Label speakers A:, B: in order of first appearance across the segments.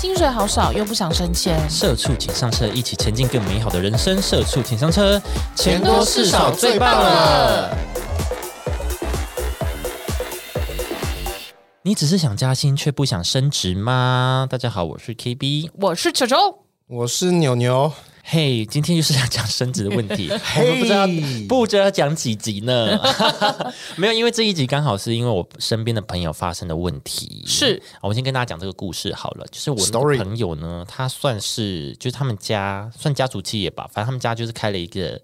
A: 薪水好少，又不想升迁，
B: 社畜请上车，一起前进更美好的人生。社畜请上车，
C: 钱多事少最棒了。
B: 你只是想加薪却不想升职吗？大家好，我是 KB。
A: 我是球球，
C: 我是牛牛，
B: 嘿、今天就是要讲升职的问题，我
C: 嘿
B: 们不知道不知道讲几集呢？ 没有，因为这一集刚好是因为我身边的朋友发生的问题。
A: 是
B: 好我先跟大家讲这个故事好了，就是我那
C: Story
B: 个朋友呢，他算是就是他们家算家族企业吧，反正他们家就是开了一个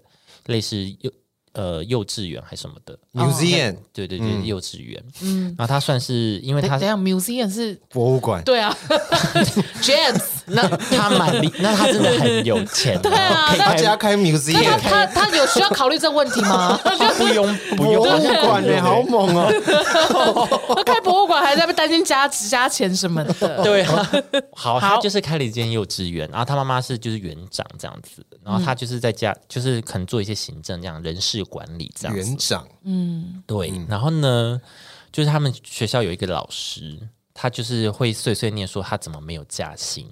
B: 类似幼呃幼稚园还什么的，
C: museum
B: 对对对，幼稚园。嗯，然后他算是因为
A: 等
B: 他
A: 等一下，museum 是，
C: 博物馆，
A: 对啊 ，James，
B: 那他蛮厉，那他真的很有钱哦，对
A: 啊
B: 可以
C: 他家
B: 开
C: 开
A: 那他
C: museum
A: 他他有需要考虑这问题 吗？
B: 不用不
C: 博
B: 用
C: 物馆呢，好猛哦！
A: 他开博物馆还在那边担心加加钱什么的，
B: 对啊，好，他
A: 好
B: 就是开了一间幼稚园，然后他妈妈是就是园长这样子，然后他就是在家，就是可能做一些行政这样人事管理这样子
C: 园，长，
B: 对，然后呢，就是他们学校有一个老师，他就是会碎碎念说他怎么没有加薪，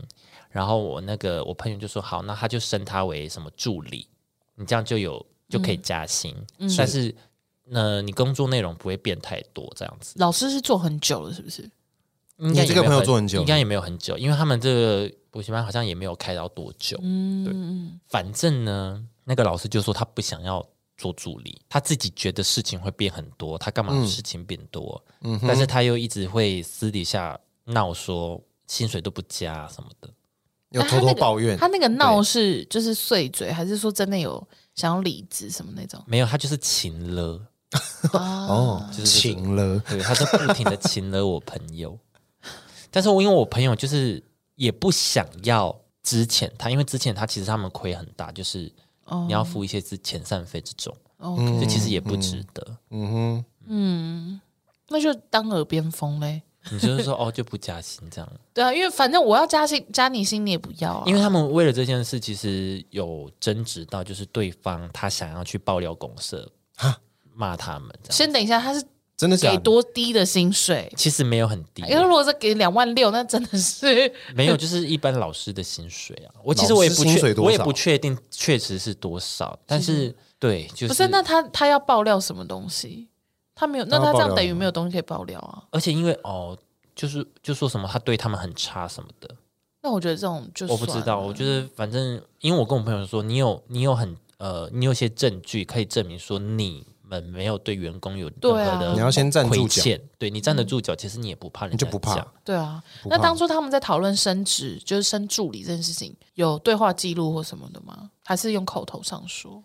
B: 然后我那个我朋友就说好，那他就升他为什么助理，你这样就有就可以加薪，但嗯是呃你工作内容不会变太多这样子。
A: 老师是做很久了，是不是？
B: 应该
C: 你这个
B: 也没有
C: 朋友做很久
B: 应该也没有很久，因为他们这个补习班好像也没有开到多久。
A: 嗯，
B: 反正呢，那个老师就说他不想要做助理，他自己觉得事情会变很多，他干嘛事情变多？
C: 嗯
B: 但是他又一直会私底下闹说薪水都不加什么的。？
C: 有偷偷抱怨
A: 嗯他，那个闹是就是碎嘴，还是说真的有想要离职什么那种
B: 没有，他就是勤了，
A: 哦，
C: 哦，
B: 就是这种
C: 请了，
B: 对，他是不停的勤了我朋友。 但是我因为我朋友就是也不想要之前他，因为之前他其实他们亏很大，就是
A: 哦
B: 你要付一些之遣散费这种，
A: 哦，
B: 这其实也不值得。
C: 嗯
A: 那就当耳边风嘞。
B: 你就是说哦就不加薪这样，
A: 对啊，因为反正我要加薪加你薪，你也不要啊。
B: 因为他们为了这件事其实有争执到，就是对方他想要去爆料公社，骂他们这样，
A: 先等一下，他是
C: 哼，真的假
B: 啊
A: 给
C: 的？
A: 多低的薪水？
B: 其实没有很低，
A: 因为如果是给两万六，那真的是
B: 没有，就是一般老师的薪水啊。我其实我也不
C: 老师薪
B: 确
C: 水，多少
B: 我也不确定确实是多少，但是对，就是
A: 不是？那他他要爆料什么东西？他没有，那他
C: 他要爆料
A: 这样等于没有东西可以爆料啊。
B: 而且因为哦，就是就说什么他对他们很差什么的，
A: 那我觉得这种就
B: 我不知
A: 算
B: 道。
A: 了
B: 我觉得反正因为我跟我朋友说，你有你有很呃，你有一些证据可以证明说你们没有对员工有任
A: 对啊
B: 何的
C: 你要先站
B: 亏
C: 住脚，嗯
B: 欠，对你站得住脚，其实你也不怕人
C: 你
B: 家
C: 就不怕
B: 讲
A: 对啊。
C: 不
A: 那
C: 怕
A: 当初他们在讨论升职，就是升助理这件事情，有对话记录或什么的吗？还是用口头上说？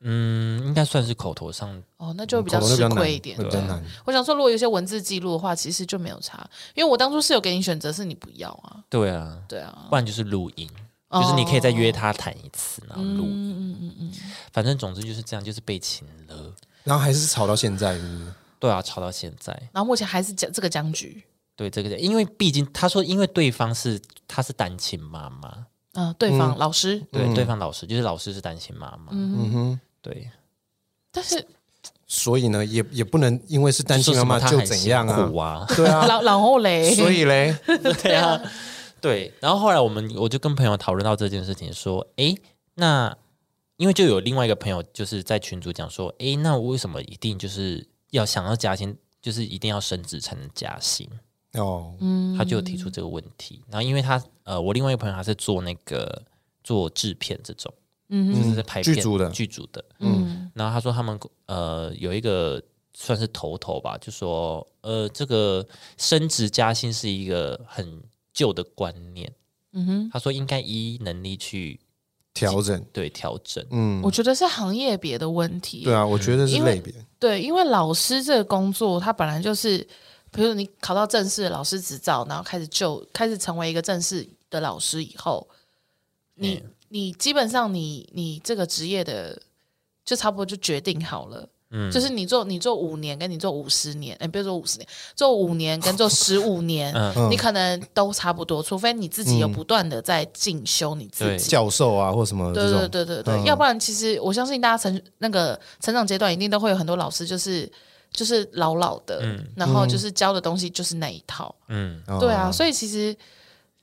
B: 嗯，应该算是口头上
A: 哦，那就比较
C: 口头都
A: 吃
C: 比较难，
A: 亏一点。啊
C: 会比较难。
A: 我想说，如果有些文字记录的话，其实就没有差，因为我当初是有给你选择，是你不要啊，
B: 对啊，
A: 对啊，
B: 不然就是录音，就是你可以再
C: 哦
B: 约他谈一次，然后
A: 嗯
B: 录
C: 嗯
B: 音。反正总之就是这样，就是被请了。
C: 然后还是吵到现在，是不是？
B: 对啊，吵到现在。
A: 然后目前还是僵这个僵局，
B: 对这个，因为毕竟他说，因为对方是他是单亲妈妈，
A: 嗯、对方、老师，
B: 对，对方老师就是老师是单亲妈妈，
C: 嗯哼，
B: 对，
A: 但是
C: 所以呢，也也不能因为是单亲
B: 说什
C: 妈
B: 么
C: 妈
B: 他
C: 就
B: 很
C: 怎样
B: 辛
C: 啊
B: 苦？啊，
C: 对 啊，
A: 老老后嘞，
C: 所以嘞，
B: 对啊，对。然后后来我们我就跟朋友讨论到这件事情，说，诶，那因为就有另外一个朋友就是在群组讲说，诶，那为什么一定就是要想要加薪，就是一定要升职才能加薪？
C: 哦，
B: 他就有提出这个问题。然后因为他呃，我另外一个朋友他是做那个做制片这种，嗯，就是在拍片
C: 剧组的
B: 剧组的。
A: 嗯，
B: 然后他说他们呃有一个算是头头吧，就说呃这个升职加薪是一个很旧的观念，
A: 嗯哼，
B: 他说应该依能力去
C: 调整，
B: 对调整。
C: 嗯，
A: 我觉得是行业别的问题，
C: 对啊，我觉得是
A: 因为
C: 类别，
A: 对，因为老师这个工作，它本来就是，比如你考到正式的老师执照，然后开始就开始成为一个正式的老师以后，你、你基本上你你这个职业的就差不多就决定好了。嗯，就是你做你做五年，跟你做五十年，哎、别说五十年，做五年跟 做十五年，你可能都差不多，除非你自己有不断的在进修你自
B: 对
A: 己。
C: 教授啊或什么这
A: 对对
C: 种，
A: 对对对，要不然其实我相信大家成那个成长阶段一定都会有很多老师，就是就是老老的，然后就是教的东西就是那一套，
B: 嗯，
C: 哦
A: 对啊，，所以其实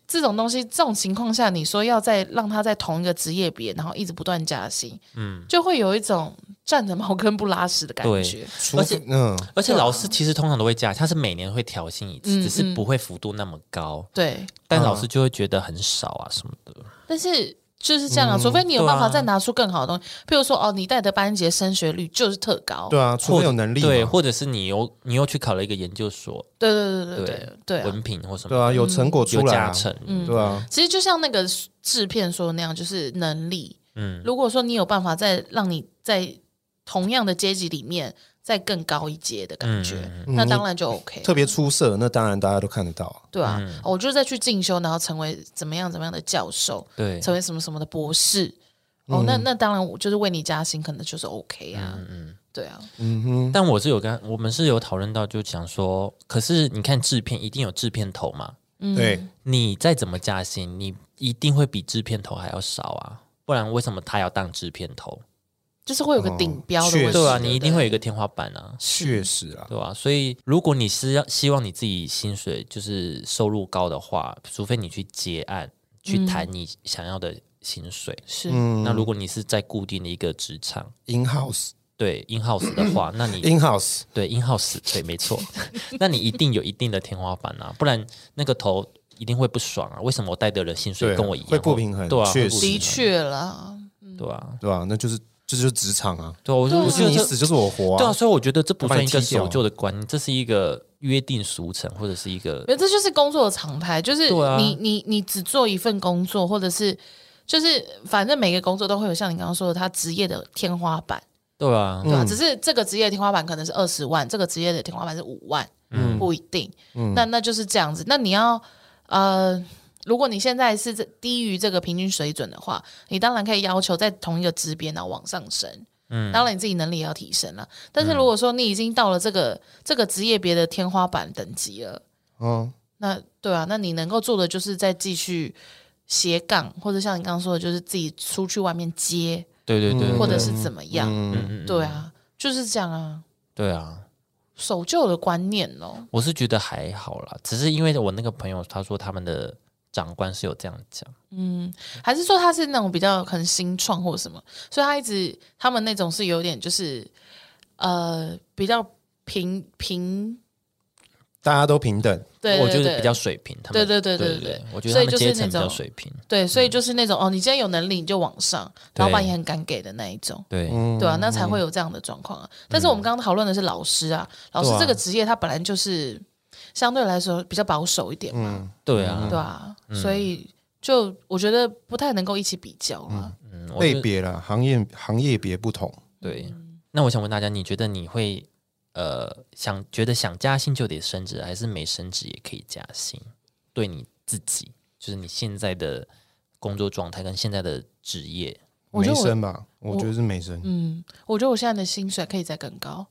A: 这种东西，这种情况下，你说要在让他在同一个职业别，然后一直不断加薪，嗯，就会有一种站着茅坑不拉屎的感
B: 对
A: 觉。
C: 除
B: 而
C: 非
B: 且
C: 嗯，
B: 而且老师其实通常都会加，他是每年会调薪一次，
A: 嗯
B: 只是
A: 嗯
B: 不会幅度那么高，
A: 对，
B: 但老
C: 嗯
B: 师就会觉得很少啊什么的。
A: 但是就是这样啊，除非你有
B: 对啊
A: 办法再拿出更好的东西，譬如说哦，你带的班级的升学率就是特高，
C: 对啊，除
B: 或
C: 非
B: 者
C: 有能力嘛，
B: 对，或者是你又你又去考了一个研究所，
A: 对对对对对
B: 对
A: 对啊
B: 文凭或什
C: 对
B: 么，
C: 啊，有成果
B: 嗯有
C: 出来
B: 加
C: 啊，
B: 成，
A: 嗯
C: 对啊，
A: 其实就像那个制片说的那样，就是能力。
B: 嗯，
A: 如果说你有办法再让你在同样的阶级里面再更高一阶的感觉，
C: 嗯
A: 那
C: 你
A: 当然就 OK。
C: 特别出色，那当然大家都看得到啊。
A: 对啊，
B: 嗯
A: 我就再去进修，然后成为怎么样怎么样的教授，
B: 对，
A: 成为什么什么的博士。
C: 嗯
A: 哦，那那当然，我就是为你加薪，可能就是 OK 啊。对啊，
C: 嗯哼，
B: 但我是有跟我们是有讨论到，就想说，可是你看制片一定有制片头嘛，
A: 嗯
C: 对，
B: 你再怎么加薪，你一定会比制片头还要少啊，不然为什么他要当制片头？
A: 就是会有个顶标的
C: 哦确
A: 问
C: 实
A: 题。
B: 对啊，
A: 不
B: 你一定会有一个天花板啊，
C: 确实啊，
B: 对啊，所以如果你是要希望你自己薪水就是收入高的话，除非你去结案去谈
A: 嗯
B: 你想要的薪水，
A: 是
C: 嗯
B: 那如果你是在固定的一个职场。
C: ，in house，in
B: 对 in house 的话，那你
C: house，
B: 对 in house 对没错， 那你一定有一定的天花板啊，不然那个头一定会不爽啊。为什么我带的人薪水
C: 对
B: 跟我一样？
C: 会不平衡
B: 对啊，
C: 确
B: 会不
C: 实
A: 的
B: 平
A: 确啦，
B: 衡对啊，
C: 对吧？那就是这就是职场啊，
B: 对啊，我就
C: 不
B: 我觉
C: 是
B: 得
C: 你
B: 这
C: 死就是我活
B: 对啊，
C: 啊。
B: 所以我觉得这不
C: 要把
B: 算
C: 你
B: 一个
C: 踢掉
B: 守旧的观念，这是一个约定俗成，或者是一个
A: 没有，这就是工作的常态，就是你、
B: 对啊
A: 你你只做一份工作，或者是就是反正每个工作都会有像你刚刚说的，他职业的天花板，
B: 对啊，
A: 对啊，只是这个职业的天花板可能是二十万，这个职业的天花板是五万，
B: 嗯
A: 不一定。那那就是这样子。那你要呃，如果你现在是这低于这个平均水准的话，你当然可以要求在同一个职别然后往上升。嗯，当然你自己能力也要提升了。但
B: 嗯
A: 是如果说你已经到了这个这个职业别的天花板等级了，
C: 嗯，
A: 那对啊，那你能够做的就是再继续斜杠，或者像你刚刚说的，就是自己出去外面接，
B: 对对对，
A: 或者是怎么样。
B: 嗯嗯
A: 对啊，就是这样啊。
B: 对啊，
A: 守旧的观念哦咯。
B: 我是觉得还好啦，只是因为我那个朋友他说他们的长官是有这样讲，
A: 还是说他是那种比较很新创或什么，所以他一直他们那种是有点就是呃比较平平，
C: 大家都平等，
A: 对
B: 我
A: 对
B: 觉
A: 对
B: 哦得比较水平，他们
A: 对对对对
B: 对
A: 对对
B: 我觉得
A: 所以
B: 他们
A: 就是
B: 阶层
A: 那
B: 比较
A: 种
B: 水平，
A: 对，所以就是那种、哦，你今天有能力你就往上，
B: 对
A: 老板也很敢给的那一种。
B: 对，
A: 对啊，那才会有这样的状况啊。但是我们刚刚讨论的是老师啊，老师
B: 对啊
A: 这个职业他本来就是相对来说比较保守一点嘛，
B: 对啊，
A: 对啊，所以就我觉得不太能够一起比较啊了。
B: 嗯我
C: 类
B: 就
C: 别啦，行业行业别不同。
B: 对，那我想问大家，你觉得你会呃想觉得想加薪就得升职，还是没升职也可以加薪？对你自己，就是你现在的工作状态跟现在的职业，
A: 我觉
C: 没
A: 得我
C: 生吧，我觉得是没生。
A: 嗯，我觉得我现在的薪水可以再更高。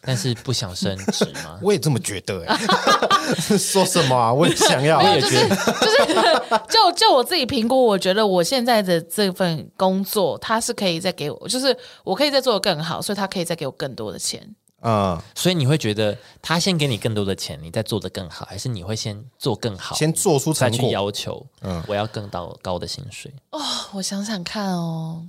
B: 但是不想升职吗？
C: 我也这么觉得、 欸，说什么啊？我也 想要，
A: 就是就是，就就我自己评估，我觉得我现在的这份工作，它是可以再给我，就是我可以再做得更好，所以它可以再给我更多的钱。
C: 啊、
B: 所以你会觉得他先给你更多的钱，你再做得更好，还是你会先做更好，
C: 先嗯做出
B: 再
C: 成
B: 去
C: 果。
B: 要求，我要更到高的薪水？
A: 我想想看哦，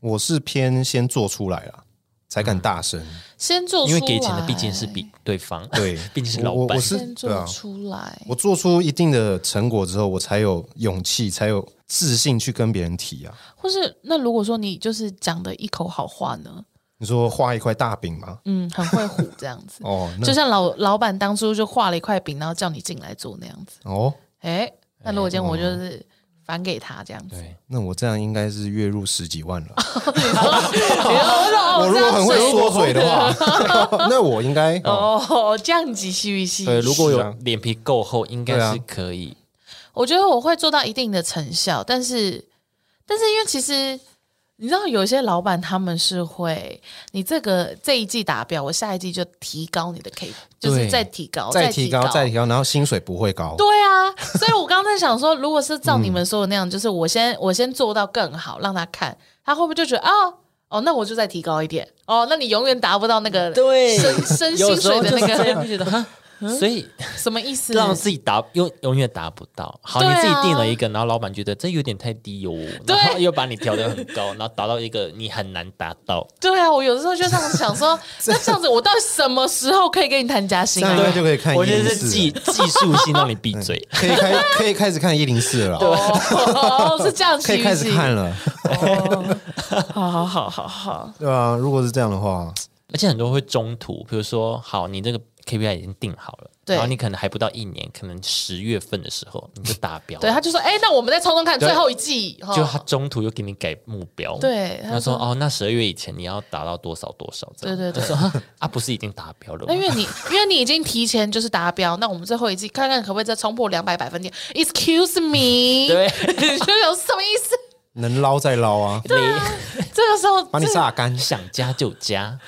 C: 我是偏先做出来了，才
B: 嗯
C: 敢大声。
A: 先做啊出来，
B: 因为给钱的毕竟是比对方，
C: 哎对
B: 毕竟是
C: 我
B: 老
C: 我
B: 板
C: 我，是
A: 先
C: 对
A: 做
C: 啊
A: 出来。
C: 我做出一定的成果之后，我才有勇气，才有自信去跟别人提啊。
A: 或是那如果说你就是讲的一口好话呢，
C: 你说画一块大饼吗？
A: 嗯，很会唬这样子，
C: 哦，那
A: 就像老老板当初就画了一块饼，然后叫你进来做那样子。
C: 哦，
A: 哎，那如果今天我就是反给他这样子，
B: 对，
C: 那我这样应该是月入十几万了。
A: 我
C: 我
A: 哦
C: 如果很会说嘴的话，那我应该、哦、
A: 哦，这样子是不是？
B: 对，如果
C: 是
B: 有
C: 啊
B: 脸皮够厚，应
C: 对
B: 该
C: 啊
B: 是可以。
A: 我觉得我会做到一定的成效，但是，但是因为其实你知道，有些老板他们是会，你这个这一季达标，我下一季就提高你的 K，就是再提高，
C: 再
A: 提
C: 提高，再提高，然后薪水不会高。
A: 对啊，所以我刚才想说，如果是照你们说的那样，就是我先我先做到更好，让他看，他会不会就觉得哦哦，那我就再提高一点。哦，那你永远达不到那个
B: 对
A: 升升
B: 有
A: 薪
B: 时
A: 水
B: 候
A: 的
B: 就
A: 那
B: 是这
A: 个嗯
B: 样觉得哈，所以
A: 什么意思？
B: 让自己达永永远达不到。好，
A: 对啊
B: 你自己定了一个，然后老板觉得这有点太低哦，
A: 对
B: 然后又把你调得很高，然后达到一个你很难达到。
A: 对啊，我有的时候就这样想说，那这样子我到底什么时候可以跟你谈加
C: 这
A: 薪
C: 样
A: 啊
C: 应？该就可以看
B: 我
C: 一
B: 觉
C: 零
B: 得是技
C: 四，
B: 技术性让你闭嘴。
C: 可以开 可以开始看一零四了
A: 啊
C: 啦，
A: 哦，是这样
C: 可以开始看
A: 了。
C: 了，
A: 哦，好好好好好，
C: 对啊，如果是这样的话，
B: 而且很多会中途，比如说，好，你这个 KPI 已经定好了，
A: 对
B: 然后你可能还不到一年，可能十月份的时候你就达标了，
A: 对，他就说，哎，那我们再冲冲看
B: 对
A: 最后一季，哈
B: 就他中途又给你改目标，，
A: 对，
B: 他说哦，那十二月以前你要达到多少多少，这
A: 对
B: 样
A: 对对。
B: 啊，不是已经达标了
A: 那
B: 吗
A: 因？为你，因为你已经提前就是达标，那我们最后一季看看可不可以再冲破两百百分点？Excuse me，
B: 对，
A: 就有什么意思？
C: 能捞再捞啊，
B: 你
A: 这个时候，
C: 把你
A: 这
C: 榨干，
B: 想加就加，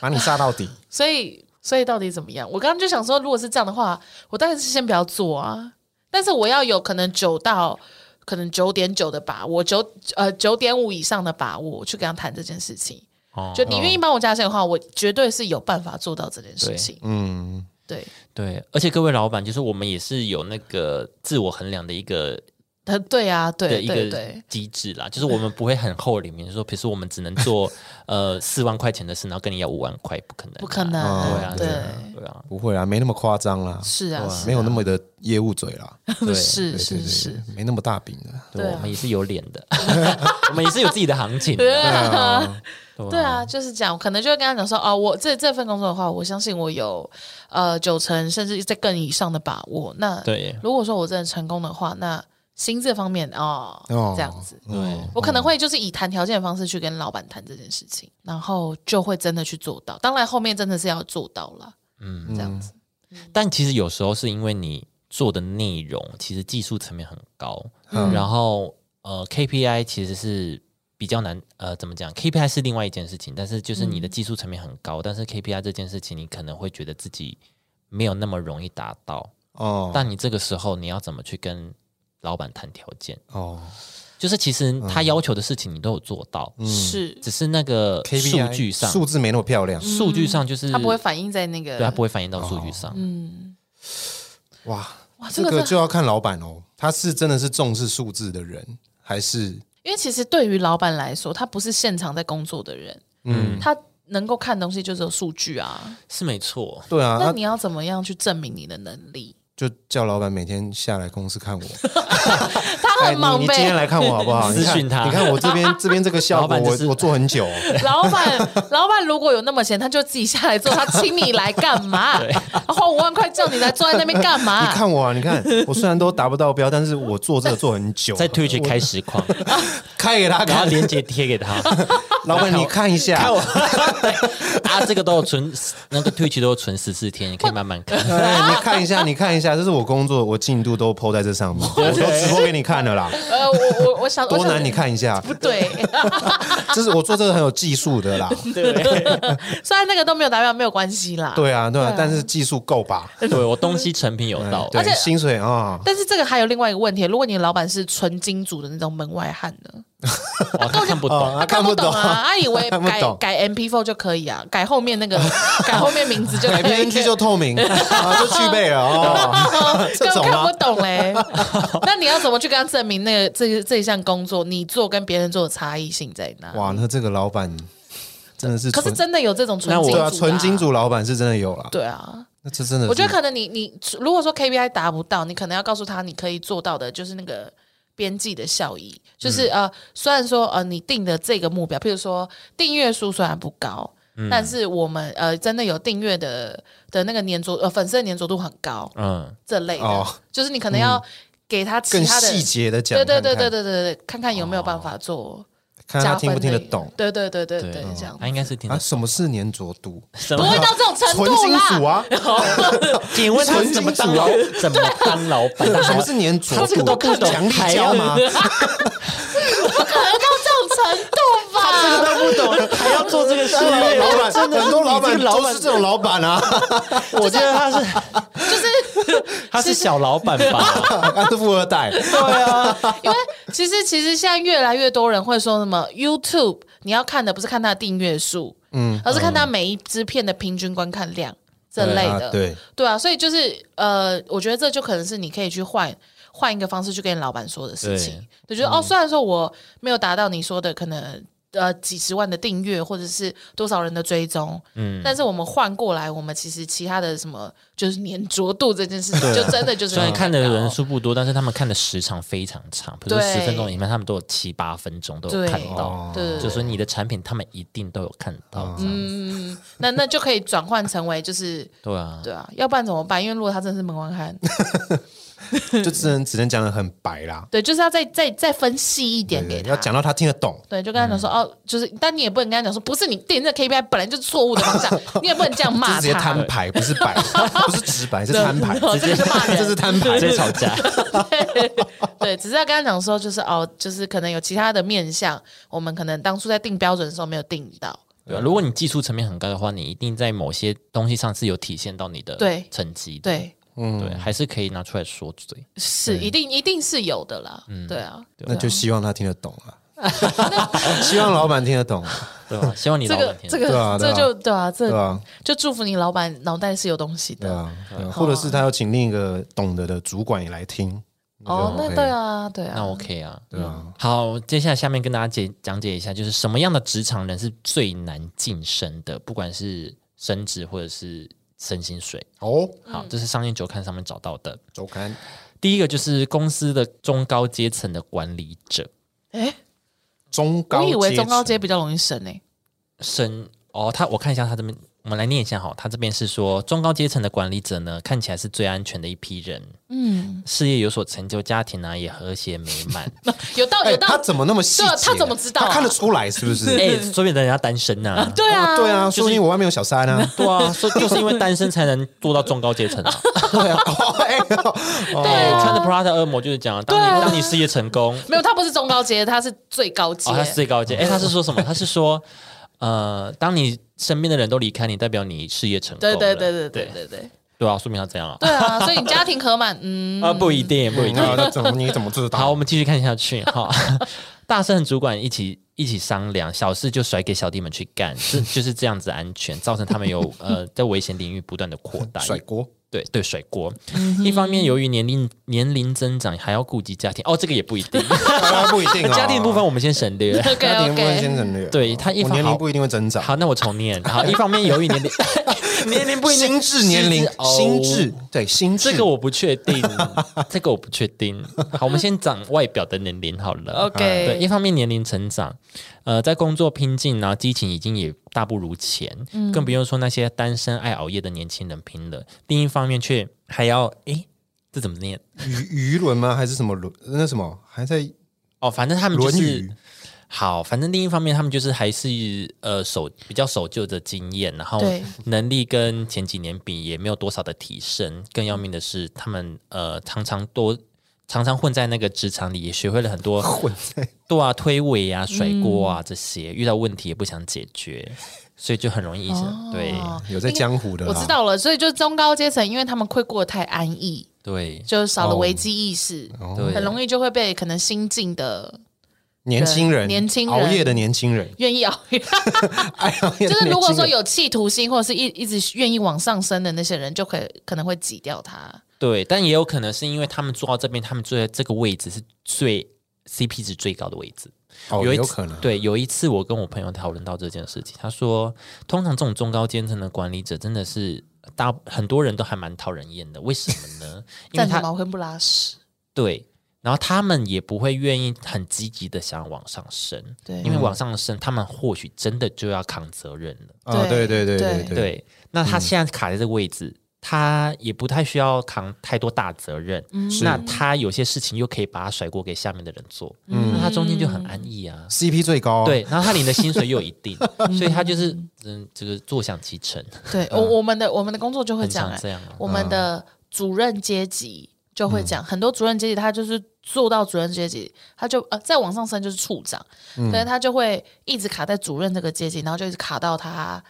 C: 把你榨到底。
A: 所以，所以到底怎么样？我刚刚就想说，如果是这样的话，我当然是先不要做啊。但是我要有可能九到可能九点九的把握，九呃九点五以上的把握，我去跟他谈这件事情。
B: 哦
A: 就你愿意帮我加薪的话，我绝对是有办法做到这件事
B: 哦
A: 情。
C: 嗯，
A: 对，
B: 对，而且各位老板，就是我们也是有那个自我衡量的一个
A: 呃，对啊，
B: 的
A: 对
B: 一
A: 对
B: 个
A: 对，
B: 机制啦，就是我们不会很厚脸皮说，比如说我们只能 做呃四万块钱的事，然后跟你要五万块，不可能，
A: 不可能，哦
B: 对啊，
A: 对
B: 对啊，对 啊，
C: 不会啊，没那么夸张啦，
A: 是啊
C: 对吧
A: 是啊
C: 没有那么的业务嘴 啦，
B: 对
A: 是
C: 对对
A: 是
C: 对
A: 是，，
C: 没那么大饼的。
A: 对
B: 我
A: 啊
B: 们也是有脸的， 我们也是有自己的行情的，
A: 对啊。
B: 对吧
A: 对啊，就是这样。我可能就会跟他讲说，哦，我这这份工作的话，我相信我有呃九成甚至在更以上的把握。那
B: 对
A: 如果说我真的成功的话，那薪资方面哦，
C: 哦
A: 这样子，
B: 对
A: 我可能会就是以谈条件的方式去跟老板谈这件事情，然后就会真的去做到。当然后面真的是要做到了，嗯，这样子，
B: 但其实有时候是因为你做的内容其实技术层面很高，
A: 嗯
B: 然后呃 KPI 其实是比较难，呃怎么讲？KPI 是另外一件事情，但是就是
A: 嗯
B: 你的技术层面很高，但是 KPI 这件事情你可能会觉得自己没有那么容易达到。
C: 哦
B: 但你这个时候你要怎么去跟老板谈条件？
C: 哦，
B: 就是其实他要求的事情你都有做到，
A: 是
B: 嗯只是那个
C: KPI
B: 数据上，
C: 数字没那么漂亮，
B: 数据上就是
A: 他不会嗯反映在那
B: 对，它
A: 个，
B: 不会反映到数据上。
C: 哇
A: 哇这
C: 这
A: 个
C: 个
A: 真的
C: 就要看老板哦，他是真的是重视数字的人，还是
A: 因为其实对于老板来说，他不是现场在工作的人，嗯，他能够看东西就只有数据啊。
B: 是没错。
C: 对啊？
A: 那
C: 那
A: 你要怎么样去证明你的能力？
C: 就叫老板每天下来公司 看我，
A: 他很
C: 哎你
A: 忙
C: 你今天
A: 呗，
C: 来看我好不 好？
B: 私讯
C: 你看
B: 他
C: 你看我这 边这边这个效
B: 老
C: 果，
B: 板就
C: 我
B: 是
C: 我做很久哦，
A: 老板，老板如果有那么闲，他就自己下来做，他请你来干嘛？他花五万块叫你来坐在那边干
C: 你
A: 嘛？
C: 看我啊，你看我虽然都达不到标，但是我做这个做很久，啊
B: 在 Twitch 开实况，
C: 开给他
B: 然后
C: 看，
B: 链接贴给他，
C: 老板你看一下
B: 看，我， 啊，这个都有存，那个 Twitch 都有存十四天，你可以慢慢 看。
C: 哎，你看一下，你看一下，这是我工作，我进度都 PO 在这上面，我都直播给你看了啦，
A: 呃，我我我想，我
C: 多
A: 想
C: 难你看一下，
A: 不对，
C: 这是我做这个很有技术的 啦，
A: 虽然那个都没有达标，没有关系啦。
C: 对啊，对啊，但是技术够吧？
B: 对我东西成品有到，
C: 对，薪水啊，
A: 但是这个还有另外一个问题，如果你的老板是纯金主的那种门外汉呢？
B: 哦，他看不懂，
C: 啊
A: 看
C: 不
A: 懂啊，他以为
C: 看不
A: 改
C: 懂
A: 改 MP4 就可以啊，改后面 那个改后面名字就可啊
C: 改
A: 以，
C: 编剧就透 明，啊，就具备了哦，这
A: 根本
C: 种
A: 看
C: 吗
A: 不？懂嘞。 那你要怎么去跟他证明那个这这一项工作你做跟别人做的差异性在哪？
C: 哇，那这个老板真的是
A: 可
C: 纯，
A: 是真的有这种纯
B: 那我
A: 金主
C: 对
A: 的
C: 啊，
A: 啊
C: 纯金主老板是真的有啦，
A: 对啊，
C: 那这真的是，
A: 我觉得可能你你如果说 KPI 达不到，你可能要告诉他你可以做到的就是那个边际的效益，就是、
C: 嗯
A: 呃，虽然说呃你定的这个目标，譬如说订阅数虽然不高，
C: 嗯
A: 但是我们呃真的有订阅的的那个粘着呃粉丝的粘着度很高
B: 嗯，
A: 这类的，
C: 哦
A: 就是你可能要给他其
C: 更
A: 他的
C: 细节的讲，
A: 对对对
C: 看看
A: 对，对对对，看看有没有办法做
C: 看
A: 加
C: 他
A: 分
C: 听不听得
A: 的
C: 懂
A: 对对对对对，
B: 对
A: 这样
B: 他应该是听
C: 啊？
B: 得
C: 什么是粘着度？
B: 什
A: 不会
B: 么？
A: 到这种程
C: 纯
A: 度
C: 金
A: 啦。
C: 属啊，
B: 请问他怎么当老，怎么当 老 板？
C: 什么是粘着
B: 他这个
C: 度？
B: 都看懂
C: 强力胶吗？
A: 可能到这种程度吧。
B: 都不懂，还要做这个事？
C: 老板很多老板都是这种老板啊，
B: 我觉得他是
A: 就是
B: 他是小老板 吧？
C: 他是富二代，
A: 因为其实其实现在越来越多人会说什么 YouTube，你要看的不是看它的订阅数，嗯，而是看它每一支片的平均观看量这类的，
C: 啊对，
A: 对啊，所以就是呃，我觉得这就可能是你可以去换换一个方式去跟你老板说的事情，就觉得、哦，
C: 嗯
A: 虽然说我没有达到你说的可能。呃，几十万的订阅或者是多少人的追踪，嗯，但是我们换过来，我们其实其他的什么就是粘着度这件事情，
C: 啊
A: 就真的就是
B: 虽然看的
A: 很高
B: 人数不多，但是他们看的时长非常长，比如说
A: 对
B: 十分钟以内，他们都有七八分钟都有
A: 对
B: 看到。
A: 对对对
B: 就说你的产品，他们一定都有看到。
A: 嗯，那那就可以转换成为就是
B: 对啊，
A: 对啊，要不然怎么办？因为如果他真的是门外汉，
C: 就只能只能讲的很白啦，
A: 对，就是要再再再分析一点
C: 对
A: 给
C: 对
A: 他。
C: 要讲嗯到他听得懂。
A: 对，就跟他讲说、哦，就是，但你也不能跟他讲说，不是你定这 KPI 本来就是错误的方向，你也不能这样
C: 这
A: 骂
C: 是直接
A: 他。
C: 摊牌，不是摆，不是直白，是摊牌，
A: 对这个是 骂人
C: 这是摊牌，
B: 直接吵架。
A: 对，只是要跟他讲说，就是哦，就是可能有其他的面向，我们可能当初在定标准的时候没有定到。
B: 对啊，如果你技术层面很高的话，你一定在某些东西上是有体现到你的
A: 对
B: 成绩的。
A: 对，
B: 对，还是可以拿出来说嘴。
A: 是一定一定是有的啦。
C: 嗯
A: 对啊，
C: 那就希望他听得懂啊， 希望老板听得懂啊，
B: 对吧？希望你
A: 这
B: 老板
A: 个
B: 听
A: 这
B: 得
A: 个、
C: 对啊对
A: 这
C: 啊
A: 就对啊，这
C: 对吧？
A: 就祝福你老板脑袋是有东西
C: 对
A: 的。
C: 啊，对啊或者是他要请另一个懂得的主管也来听，
A: 哦，那
C: OK
A: 对啊，对啊，
B: 那 OK 啊。
C: 对啊，
B: 好，接下来下面跟大家解讲解一下，就是什么样的职场人是最难晋升的，不管是升职或者是升薪水。
C: 哦，
B: 好，这是商业周刊上面找到的。
C: 周刊
B: 第一个就是公司的中高阶层的管理者
A: 哎，
C: 中高
A: 我
C: 阶层，
A: 以为中高阶比较容易升诶、
B: 升哦，他我看一下他这边，我们来念一下哈，他这边是说中高阶层的管理者呢，看起来是最安全的一批人，
A: 嗯，
B: 事业有所成就，家庭呢、啊也和谐美满。
A: 有道
C: 哎，
A: 有道，
C: 他怎么那么细节啊？
A: 对他怎么知道啊
C: 他看得出来是 不是？
B: 哎、说明人家单身呐、啊。 。
A: 对啊，
C: 对啊，说不定我外面有小三啊
B: 对啊，说就是因为单身才能做到中高阶层啊！
C: 对啊，哦哎哦
A: 对
B: 哎
A: 啊
B: 穿着 Prada 恶魔就是讲，当你、
A: 对啊
B: 当你事业成功，
A: 没有，他不是中高阶，他是最高阶。
B: 哦，他是最高阶。哎、他是说什么？他是说，呃，当你身边的人都离开你，代表你事业成功
A: 对
B: 了。
A: 对对对
B: 对
A: 对对对
B: 对啊，说明他这样啊。
A: 对啊！所以你家庭和满，嗯，
B: 啊，不一定，不一定。
C: 那怎么你怎么知道？
B: 好，我们继续看下去哈。 大圣主管一起一起商量，小事就甩给小弟们去干，这就是这样子安全，造成他们有呃在危险领域不断的扩 大。
C: 甩锅，
B: 对对，甩锅。一方面，由于年龄年龄增长，还要顾及家庭。哦，这个也不一 定。
C: 啊不一定啊。
B: 家庭部分我们先省略。
A: OK
C: 家庭部分
A: OK，
C: 先省略。
B: 对他一
C: 我
B: 方
C: 年龄
B: 好
C: 不一定会增长。
B: 好，那我重念。好，一方面由于年龄 年龄不一定
C: 心智年龄
B: 心智，哦
C: 心智对心智，
B: 这个我不确定， 这个我不确定。好，我们先讲外表的年龄好 了。
A: OK
B: 啊对，一方面年龄成长，呃，在工作拼劲，然后激情已经也大不如前，更不用说那些单身爱熬夜的年轻人拼了。另一方面却还要，诶，这怎么念？
C: 舆舆论吗？还是什么论？那什么还在
B: 哦，反正他们就
C: 论
B: 是
C: 语？
B: 好，反正另一方面，他们就是还是呃守比较守旧的经验，然后
A: 对
B: 能力跟前几年比也没有多少的提升。更要命的是，他们呃常常多常常混在那个职场里，也学会了很多 混在对啊推诿啊、甩锅啊、这些，遇到问题也不想解决，所以就很容易、对
A: 哦
C: 有在江湖的啦，
A: 我知道了。所以就中高阶层，因为他们会过得太安逸，
B: 对
A: 就少了危机意识，
C: 哦
B: 对，
A: 很容易就会被可能新进的
C: 年轻人，
A: 年轻人
C: 熬夜的年轻人，
A: 愿意 熬夜，
C: 哎呀，就
A: 就是如果说有企图心或者是一一直愿意往上升的那些人，就可以可能会挤掉他。
B: 对，但也有可能是因为他们坐到这边，他们坐在这个位置是最 CP 值最高的位置。
C: 哦，
B: 一
C: 有
B: 次
C: 可能，
B: 对，有一次我跟我朋友讨论到这件事情，他说，通常这种中高阶层的管理者真的是大很多人都还蛮讨人厌的，为什么呢？因为
A: 站着
B: 他
A: 茅坑不拉屎，
B: 对，然后他们也不会愿意很积极的想要往上升，
A: 对
B: 因为往上升，他们或许真的就要扛责任了。
C: 啊，对
A: 对
C: 对对对嗯
A: 对
C: 对，
B: 对，那他现在卡在这个位置，他也不太需要扛太多大责任。那他有些事情又可以把它甩锅给下面的人做，那他中间就很安逸啊。
C: CP 最高啊，
B: 对，然后他领的薪水又有一 定，所以他就是嗯，这个坐享其成，
A: 对，我我们的我们的工作就会
B: 嗯很
A: 这样、
B: 常
A: 欸，
B: 这样啊。
A: 我们的主任阶级就会
B: 嗯
A: 讲，很多主任阶级他就是做到主任阶级，他就呃再往上升
B: 嗯
A: 就是处长，所以他就会一直卡在主任这个阶级，然后就一直卡到他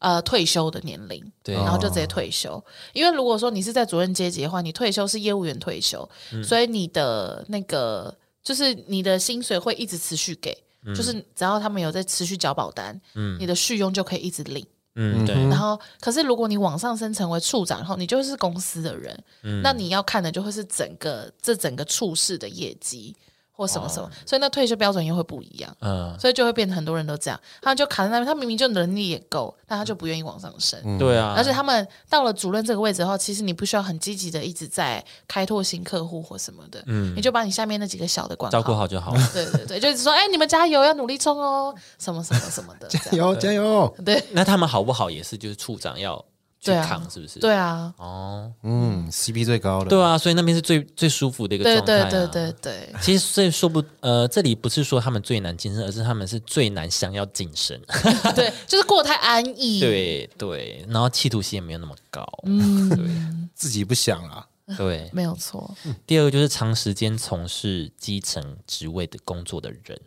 A: 呃退休的年龄，
B: 对
A: 然后就直接退休。因为如果说你是在主任阶级的话，你退休是业务员退休，
B: 嗯
A: 所以你的那个就是你的薪水会一直持续给，
B: 嗯
A: 就是只要他们有在持续缴保单，你的续佣就可以一直领。
B: 嗯，对，
A: 然后，可是如果你往上升成为处长后，你就是公司的人，
B: 嗯
A: 那你要看的就会是整个这整个处室的业绩或什么
B: 哦
A: 什么，所以那退休标准又会不一样，
B: 嗯，
A: 所以就会变得很多人都这样，他就卡在那边，他明明就能力也够，但他就不愿意往上升。
B: 对啊，
A: 而且他们到了主任这个位置后，其实你不需要很积极的一直在开拓新客户或什么的，你就把你下面那几个小的管
B: 嗯照顾
A: 好。
B: 好就好了。
A: 对对对，就是说，哎，你们加油，要努力冲哦，什么什么什么的， 这样
C: 油加油！
A: 对
B: 那他们好不好也是就是处长要去
A: 对啊
B: 扛，是不是？
A: 对啊，
B: 哦，
C: 嗯，CP 最高的，
B: 对啊，所以那边是最最舒服的一个
A: 对
B: 状态、
A: 对对
B: 啊。
A: 对对，
B: 其实这说不呃，这里不是说他们最难晋升，而是他们是最难想要晋升。
A: 嗯 对，就是过得太安逸。，
B: 对对，然后企图心也没有那么高。
A: 嗯
C: 自己不想啊，
B: 对，
A: 没有错。
C: 嗯
B: 第二个就是长时间从事基层职位的工作的人。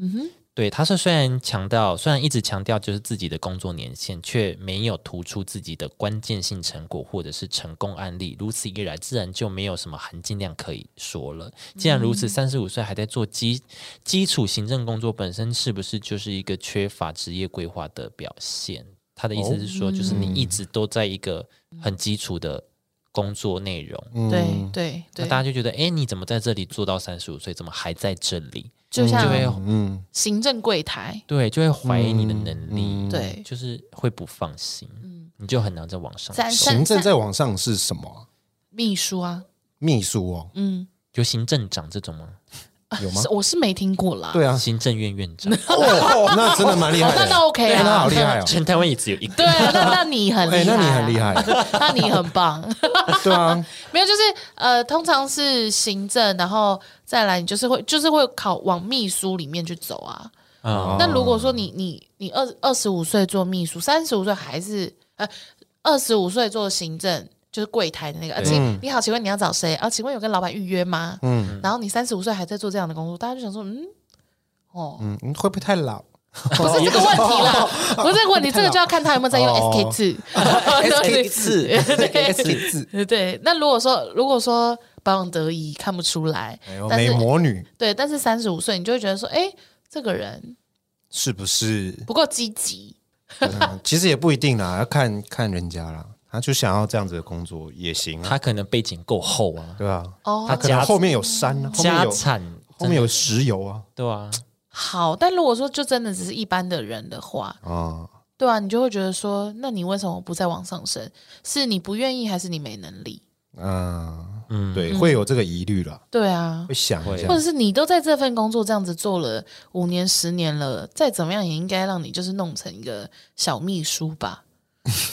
A: 嗯哼，
B: 对，他是虽然强调，虽然一直强调就是自己的工作年限，却没有突出自己的关键性成果或者是成功案例。如此一来，自然就没有什么含金量可以说了。既然如
A: 嗯
B: 此，三十五岁还在做基基础行政工作，本身是不是就是一个缺乏职业规划的表现？他的意思是说，就是
A: 哦
B: 你一直都在一个很基础的工作内容，
C: 嗯
A: 对对
B: 那
A: 对，
B: 大家就觉得，哎，你怎么在这里做到三十五岁？怎么还在这里？
A: 就像
B: 就会
C: 嗯，
A: 行政柜台，
B: 对，就会怀疑你的能力。
C: 嗯
A: 对，
B: 就是会不放心，你就很难再往上
A: 三
B: 走。
A: 三
C: 行政
A: 三
C: 在网上是什么啊？
A: 秘书啊，
C: 秘书哦，
A: 嗯，
B: 有行政长这种吗？
C: 有吗
A: 是？我是没听过啦。
C: 对啊，
B: 行政院院长，
C: 哦，那真的蛮厉
A: 哦
C: 害，
A: 那
C: 的，
A: 那 OK
C: 哎那好
A: 啊
C: 厉。害哦，
B: 全台湾也只有一个。
A: 对啊，那那你很
C: 哎，
A: 厉害，啊
C: 那你很厉，害，
A: 那你很棒。
C: 对啊，
A: 没有，就是呃，通常是行政，然后再来你就是会就是会考往秘书里面去走啊。
C: 哦
B: 嗯，
A: 那如果说你你你二二十五岁做秘书，三十五岁还是呃二十五岁做行政，就是柜台的那个，而且你好，请问你要找谁？啊，请问有跟老板预约吗？嗯，然后你三十五岁还在做这样的工作，大家就想说，嗯，哦，
C: 嗯，嗯会不会太老？
A: 不是这个问题啦， 不是这个问题，这个就要看他有没有在用
C: 哦
A: SK 字 ，SK
B: 字
A: 对
C: SK 字，
A: 对。那如果说如果说保养得宜看不出来
C: 哎呦，
A: 但
C: 美
A: 是
C: 魔女
A: 对，但是三十五岁你就会觉得说，哎，这个人
C: 是不是？
A: 不够积极，
C: 嗯其实也不一定啦，要看看人家啦，他就想要这样子的工作也行啊，
B: 他可能背景够厚啊，
C: 对吧？
A: 哦
C: 他可能
B: 家
C: 后面有山啊，后面
B: 家
C: 有
B: 产
C: 后面有石油啊，
B: 对啊，
A: 好，但如果说就真的只是一般的人的话，
C: 啊，
A: 对啊，你就会觉得说，那你为什么不再往上升？是你不愿意，还是你没能力？
C: 嗯
B: 嗯
C: 嗯，对，会有这个疑虑啦，
A: 对啊
C: 会，想一下
A: 或，者是你都在这份工作这样子做了五年、十年了，再怎么样也应该让你就是弄成一个小秘书吧？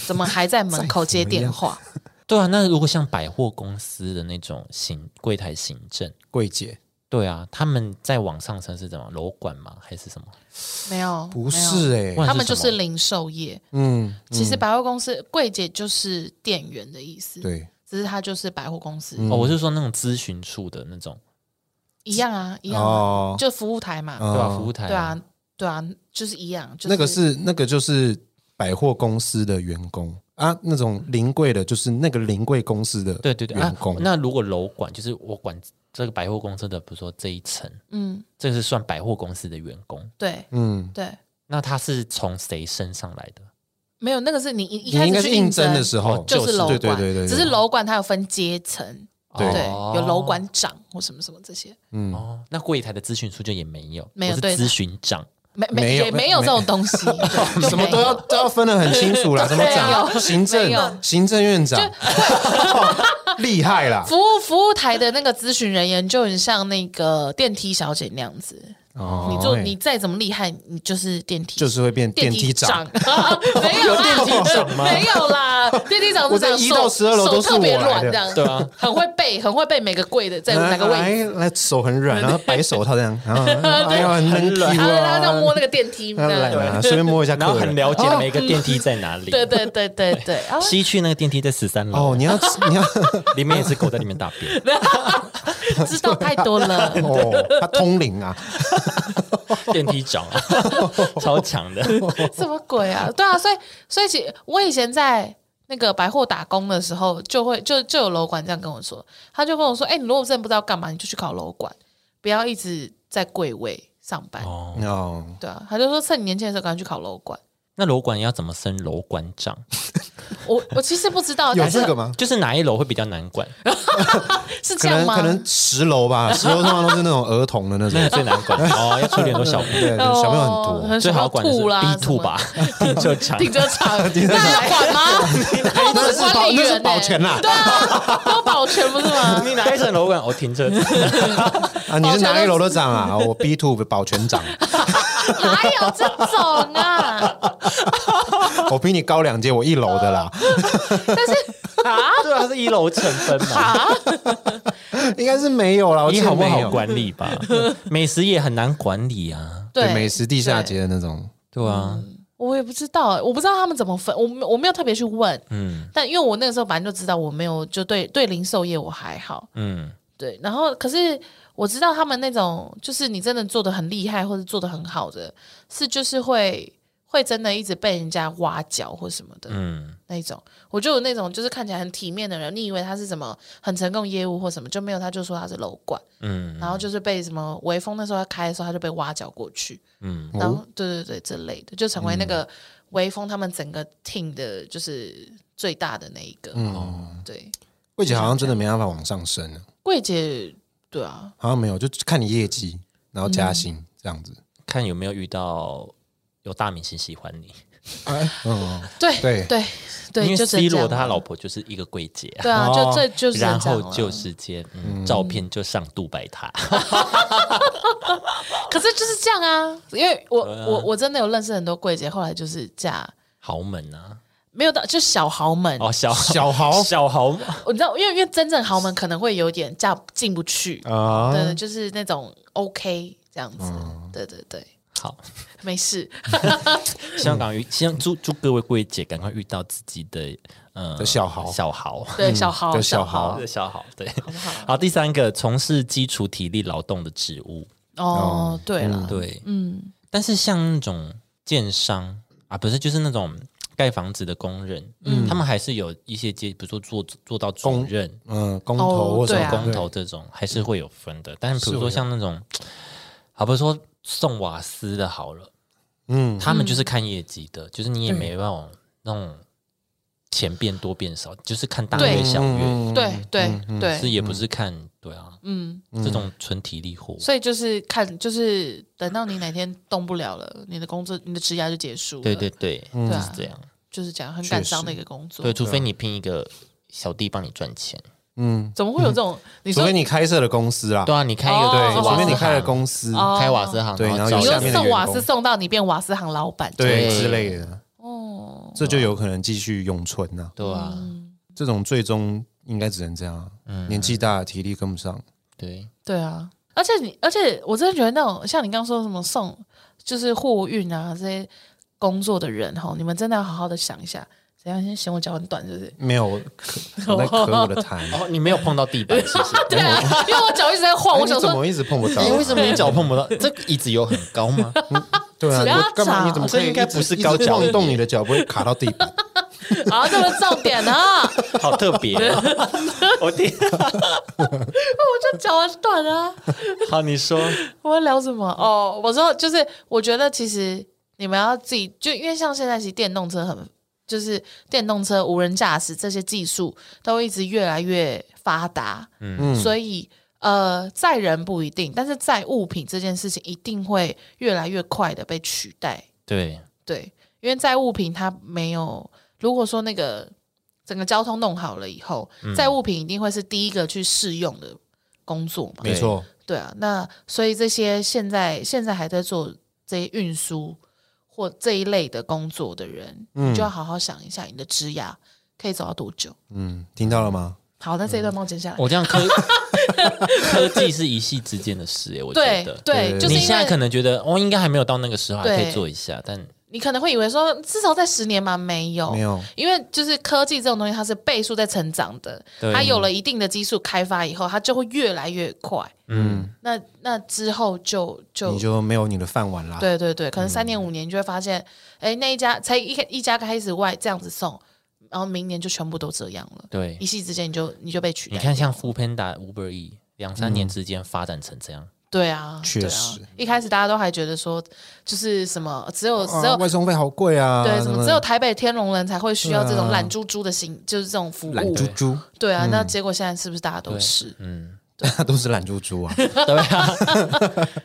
A: 怎么还在门口接电话？
B: 对啊。那如果像百货公司的那种行柜台行政，
C: 柜姐
B: 对啊，他们在往上升是怎么楼管吗？还是什么？
A: 没有，
C: 不
A: 没有。
C: 是哎，
B: 管
A: 他们就
B: 什
A: 是
B: 么
A: 零售业，
C: 嗯，
A: 其实百货公司柜姐就是店员的意思，
C: 嗯对，嗯
A: 只是她就是百货公司、
B: 哦，我是说那种咨询处的那种，
A: 一样啊，一样啊、
C: 哦，
A: 就服务台嘛，
B: 对吧？
C: 嗯
B: 服务台
A: 对，啊，对啊，就是一样，就是、
C: 那个是那个就是百货公司的员工啊，那种
A: 嗯
C: 临柜的，就是那个临柜公司的
B: 对对对。啊
C: 员工，
B: 那如果楼管就是我管这个百货公司的，比如说这一层，
A: 嗯，
B: 这是算百货公司的员工，
A: 对
C: 嗯，
A: 对，
B: 那他是从谁身上来的？
A: 没有那个是你一一
C: 你
A: 开
C: 应该
A: 始
C: 是
A: 去
C: 应
A: 征哦
C: 征的时候，
A: 就是楼
C: 对
A: 管，
C: 对对对，
A: 只是楼管它有分阶层，
C: 对
A: 对，
B: 哦
A: 有楼管长或什么什么这些，
C: 嗯
B: 哦，那柜台的咨询处就也没有，
A: 没有
B: 我是
A: 对
B: 咨询长，
A: 没
C: 没
A: 没
C: 有
A: 也没有这种东 西，对就
C: 什么
A: 没
C: 都要
A: 有
C: 都要分得很清楚 啦，什么
A: 没
C: 长、
A: 有
C: 行
A: 没有
C: 政、行政院长， 厉害啦！
A: 服务服务台的那个咨询人员就很像那个电梯小姐那样子，
C: 哦
A: 你做你再怎么厉害，你就是电梯
C: 就是会变电
A: 梯
C: 梯长，，
A: 没有啦，电梯长没有啦，电梯长
C: 我
A: 是
C: 在
A: 这样，
C: 一到
A: 手
C: 12楼都是
A: 手特别
C: 我来
A: 软
C: 的嗯
A: 这样，
B: 对啊，
A: 很会背，很会背每个柜的在哪个位置。
C: 来来哎手很软，然后摆手套这 样，然后
A: 啊
C: 哎呀很软，
A: 他啊他在摸那个电 梯，
C: 然后来
A: 对
C: 啦，啊随便摸一下
B: 然后
C: 客
B: 很
C: 人。
B: 了解每个电梯在哪里。
A: 对对对对对， 啊，
B: 西区那个电梯在十三楼
C: 哦，，你要你要
B: 里面也是狗在里 面大便。
A: 知道太多了
C: 。哦，他通灵啊，
B: 电梯长 啊，超强的。
A: 什么鬼啊？对啊，所以所以其实我以前在那个百货打工的时候，就会就就有楼管这样跟我说，他就跟我说：“哎、你如果真的不知道干嘛，你就去考楼管，不要一直在柜位上班。
B: 哦，
C: 哦，
A: 对啊，他就说趁你年轻的时候赶快去考楼管。
B: 那楼管要怎么升楼管长？
A: 我我其实不知道，
C: 有
A: 哦但是
C: 这个吗？
B: 就是哪一楼会比较 难管？
A: 是
C: 可
A: 这样
C: 能
A: 吗？
C: 可能十楼吧，十楼通常都是那种儿童的那
B: 那
C: 种
B: 个，最难管哦，要处理很多小朋
C: 对，
B: 友，
A: 哦
C: 小朋友很多。
A: 很
B: 最好管的是
A: 吐啦
B: B
A: 什么
B: two 吧，停车场。
A: 停车场， 那要管吗？那
C: 那
A: 都
C: 是保
A: 管理
C: 那是
A: 员
C: 保
A: 呢，
C: 全啦
A: 对啊，都保全不是吗？
B: 你哪一层楼管？我停车场。
C: 啊！你是哪一楼的长啊？我 B two 保全长，
A: 哪有这种啊？
C: 我比你高两阶，我一楼的啦，
B: 啊， 对啊，是一楼成分嘛，
C: 应该是没有啦。我
B: 你
C: 记得
B: 好不
C: 没
B: 好
C: 有？
B: 管理 吧？美食也很难管理啊，
C: 对，
A: 对，
C: 美食地下
A: 对
C: 街的那种。
B: 对啊，
A: 我也不知道欸，我不知道他们怎么分，我没我没有特别去问，
B: 嗯
A: 但因为我那个时候反正就知道我没有，就对对零售业我还好，
B: 嗯，
A: 对，然后可是我知道他们那种就是你真的做的很厉害或者做的很好的，是就是会会真的一直被人家挖角或什么的，
B: 嗯
A: 那一种，我就有那种就是看起来很体面的人，你以为他是什么很成功业务或什么，就没有他就说他是楼管，
B: 嗯
A: 然后就是被什么微风那时候他开的时候他就被挖角过去，
B: 嗯，
C: 哦
A: 然后对对对这类的，就成为那
C: 嗯
A: 个微风他们整个 team 的就是最大的那一个，哦
C: 嗯，
A: 对，
C: 柜姐好像真的没办法往上升了，
A: 柜姐对啊，
C: 好像没有，就看你业绩，然后加薪这样子。
B: 看有没有遇到有大明星喜欢你，
C: 哎，嗯，
A: 对
C: 对
A: 对
B: 因
A: 对，
B: 为
A: 就只能
B: C
A: 这
B: 罗
A: 样啊
B: 他老婆就是一个柜姐啊。
A: 对啊，
C: 哦
A: 就这就是
B: 然
A: 这样啊
B: 后
A: 了
B: 就是接、嗯、照片就上杜拜塔，
A: 可是就是这样啊，因为我、
B: 对啊
A: 我我真的有认识很多柜姐，后来就是嫁
B: 豪门啊，
A: 没有到就小豪门
B: 哦小
C: 小豪
B: 小豪门，
A: 我知道，因为因为真正豪门可能会有点嫁进不去，
C: 啊，
A: 对，就是那种 OK 这样子，
C: 嗯
A: 对对对，
B: 好，
A: 没事，
B: 香港遇，希望祝祝各位柜姐赶快遇到自己的呃
C: 的小豪
B: 小豪，
A: 对小豪
C: 哦嗯对小
A: 豪
C: 豪
B: 的小豪，对，
A: 好不好？
B: 好，第三个，从事基础体力劳动的职务，
A: 哦，对了，
B: 对，
A: 嗯，
B: 但是像那种建商啊，不是，就是那种盖房子的工人，嗯，他们还是有一些阶，比如说做做到主任、
C: 嗯，工
A: 哦
C: 头或者
A: 对啊
B: 工头这种，还是会有分
C: 嗯
B: 的。但是比如说
C: 是会有
B: 像那种，好，比如说送瓦斯的，好了，
C: 嗯，
B: 他们就是看业绩的，就是你也没办法那种钱变多变少，就是看大
A: 对
B: 月小月，
C: 嗯
A: 对对
B: 是
A: 对，
B: 也不是看对啊，
A: 嗯，
B: 这种纯体力活。
A: 所以就是看，就是等到你哪天动不了了，你的工作，你的职涯就结束了，
B: 对对对，
A: 对
B: 就是
A: 啊
B: 这样。
A: 就是这样，很感伤
C: 确
A: 的
C: 实
A: 一个工作
B: 对，，啊除非你聘一个小弟帮你赚钱。
C: 嗯，
A: 怎么会有这种？你
C: 除
A: 说
C: 非你开设了公司啦
B: 对，啊，你开一
A: 哦
B: 个
C: 对，
B: 瓦斯
C: 除非你
B: 行
C: 开了公司，
A: 哦
B: 开瓦斯行，
C: 对然后
B: 找
C: 有
A: 你
B: 人
C: 下
A: 说
C: 面的
A: 送
C: 员
A: 瓦
C: 工
A: 斯送到你变瓦斯行老板，
C: 对
B: 对
C: 之类的，
A: 哦，
C: 这就有可能继续永存呐。
B: 对啊，
C: 这种最终应该只能这样啊，年纪大体力跟不上，
B: 对，
A: 对啊，而且你，而且我真的觉得那种像你刚刚说什么送，就是货运啊这些工作的人哈，你们真的要好好的想一下。怎样？先嫌我脚很短，是不是？
C: 没有我我在咳我的痰，
B: 哦，你没有碰到地 板，是不是？
A: 对啊，因为我脚一直在晃，
C: 哎
A: 我
C: 你
A: 想
C: 怎
A: 说，
C: 么一直碰不到啊
B: 哎？为什么你脚碰不到？这个椅子有很高吗？
C: 对啊，
A: 只要
C: 我干嘛？
A: 长
C: 你怎么可以
B: 这应该
C: 一直
B: 不是
C: 一直
B: 高脚椅
C: 晃动你的脚不会卡到地板？
A: 啊，这么重点啊，
B: 好特别， 我天！
A: 我就脚很短啊。
B: 好，你说，
A: 我要聊什么？哦，我说就是，我觉得其实你们要自己，就因为像现在其实电动车很，就是电动车、无人驾驶这些技术都一直越来越发达，嗯，所以呃，载人不一定，但是载物品这件事情一定会越来越快的被取代，
B: 对，
A: 对，因为载物品它没有，如果说那个整个交通弄好了以后，
B: 嗯
A: 载物品一定会是第一个去试用的工作嘛，
C: 没错，
A: 对啊，那所以这些现在现在还在做这些运输或这一类的工作的人，
B: 嗯
A: 你就要好好想一下你的职涯可以走到多久。
C: 嗯，听到了吗？
A: 好，那这一段帮我剪下来。
B: 嗯我这样科 科技是一夕之间的事，哎，我觉
A: 对
B: 得。
A: 对，
C: 对
A: 就是
B: 你
A: 因
B: 现在可
A: 为
B: 能觉得哦，应该还没有到那个时候，还
A: 对
B: 可以做一下，但
A: 你可能会以为说至少在十年嘛，没有，
C: 没有
A: 因为就是科技这种东西，它是倍数在成长的，
B: 对
A: 它有了一定的基数开发以后，它就会越来越快。嗯，那那之后就就
C: 你就没有你的饭碗啦。
A: 对啊对对，可
B: 嗯
A: 能三年五年就会发现，哎、那一家才一一家开始外这样子送，然后明年就全部都这样了，
B: 对
A: 一，夕之间你就你就被取代。
B: 你看像 f o o Panda、Uber E 两
A: 嗯
B: 三年之间发展成这 样，
A: 对啊，
C: 确
A: 对啊
C: 实
A: 一开始大家都还觉得说，就是什么只有只有、
C: 啊，外送费好贵啊，
A: 对什么只有
C: 的
A: 台北天龙人才会需要这种
C: 对啊嗯
A: 懒猪猪的行，就是这种服
C: 懒
A: 务
C: 猪。猪，
A: 对啊，那结果现在是不是大家都
B: 对
A: 是？
B: 嗯，
C: 大家都是懒猪猪啊，
B: 对啊，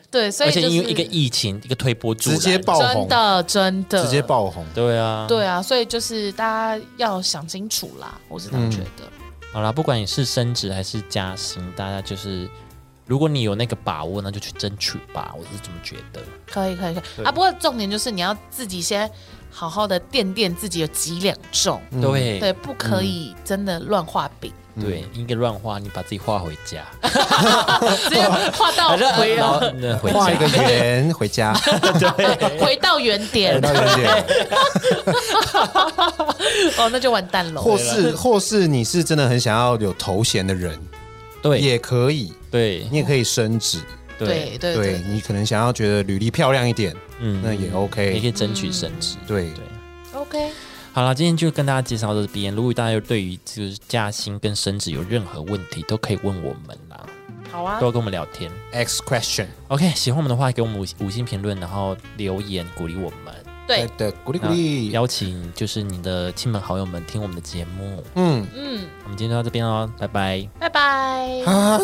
A: 对，所
B: 而
A: 以
B: 且
A: 就是
B: 因为一个疫情，一个推波助澜，
C: 直接爆
A: 真
C: 红，
A: 的真的
C: 直接爆红。
B: 对啊，
A: 对啊，所以就是大家要想清楚啦，我是这
C: 嗯
A: 样觉得。
B: 好啦，不管你是升职还是加薪，大家就是，如果你有那个把握，那就去争取吧。我是这么觉得。
A: 可以可以可以啊，不过重点就是你要自己先好好的垫垫自己有几两重，
B: 对
A: 嗯对，嗯不
C: 嗯
A: 可以真的乱画饼，
B: 对，一个乱画，你把自己画回家，
A: 直接画到回啊
B: 然后那回
C: 画一
B: 家。
C: 个圆 回家，
A: 回到原
C: 回
A: 点
C: 到原点，
A: 哦，那就完蛋了。
C: 或是或是你是真的很想要有头衔的人，
B: 对
C: 也可以，
B: 对
C: 你也可以升职。
A: 啊对
B: 对，
A: 对
C: 对
A: 对
C: 你可能想要觉得履历漂亮一点，
B: 嗯
C: 那也
B: 也可
C: OK。
B: 以争取升职。
A: 嗯
C: 对，
B: 对，
A: ，OK，
B: 好了，今天就跟大家介绍到这边。如果大家有对于就是加薪跟升职有任何问题，都可以问我们啦，
A: 好啊
B: 都，要跟我们聊天。
C: X question，
B: OK，喜欢我们的话，给我们五五星评论，然后留言鼓励我们。
A: 对，
C: 对，鼓励鼓
B: 那
C: 励，
B: 邀请就是你的亲朋好友们听我们的节目。
C: 嗯
A: 嗯，
B: 我们今天就到这边哦，拜拜。
A: 拜拜。
C: 啊，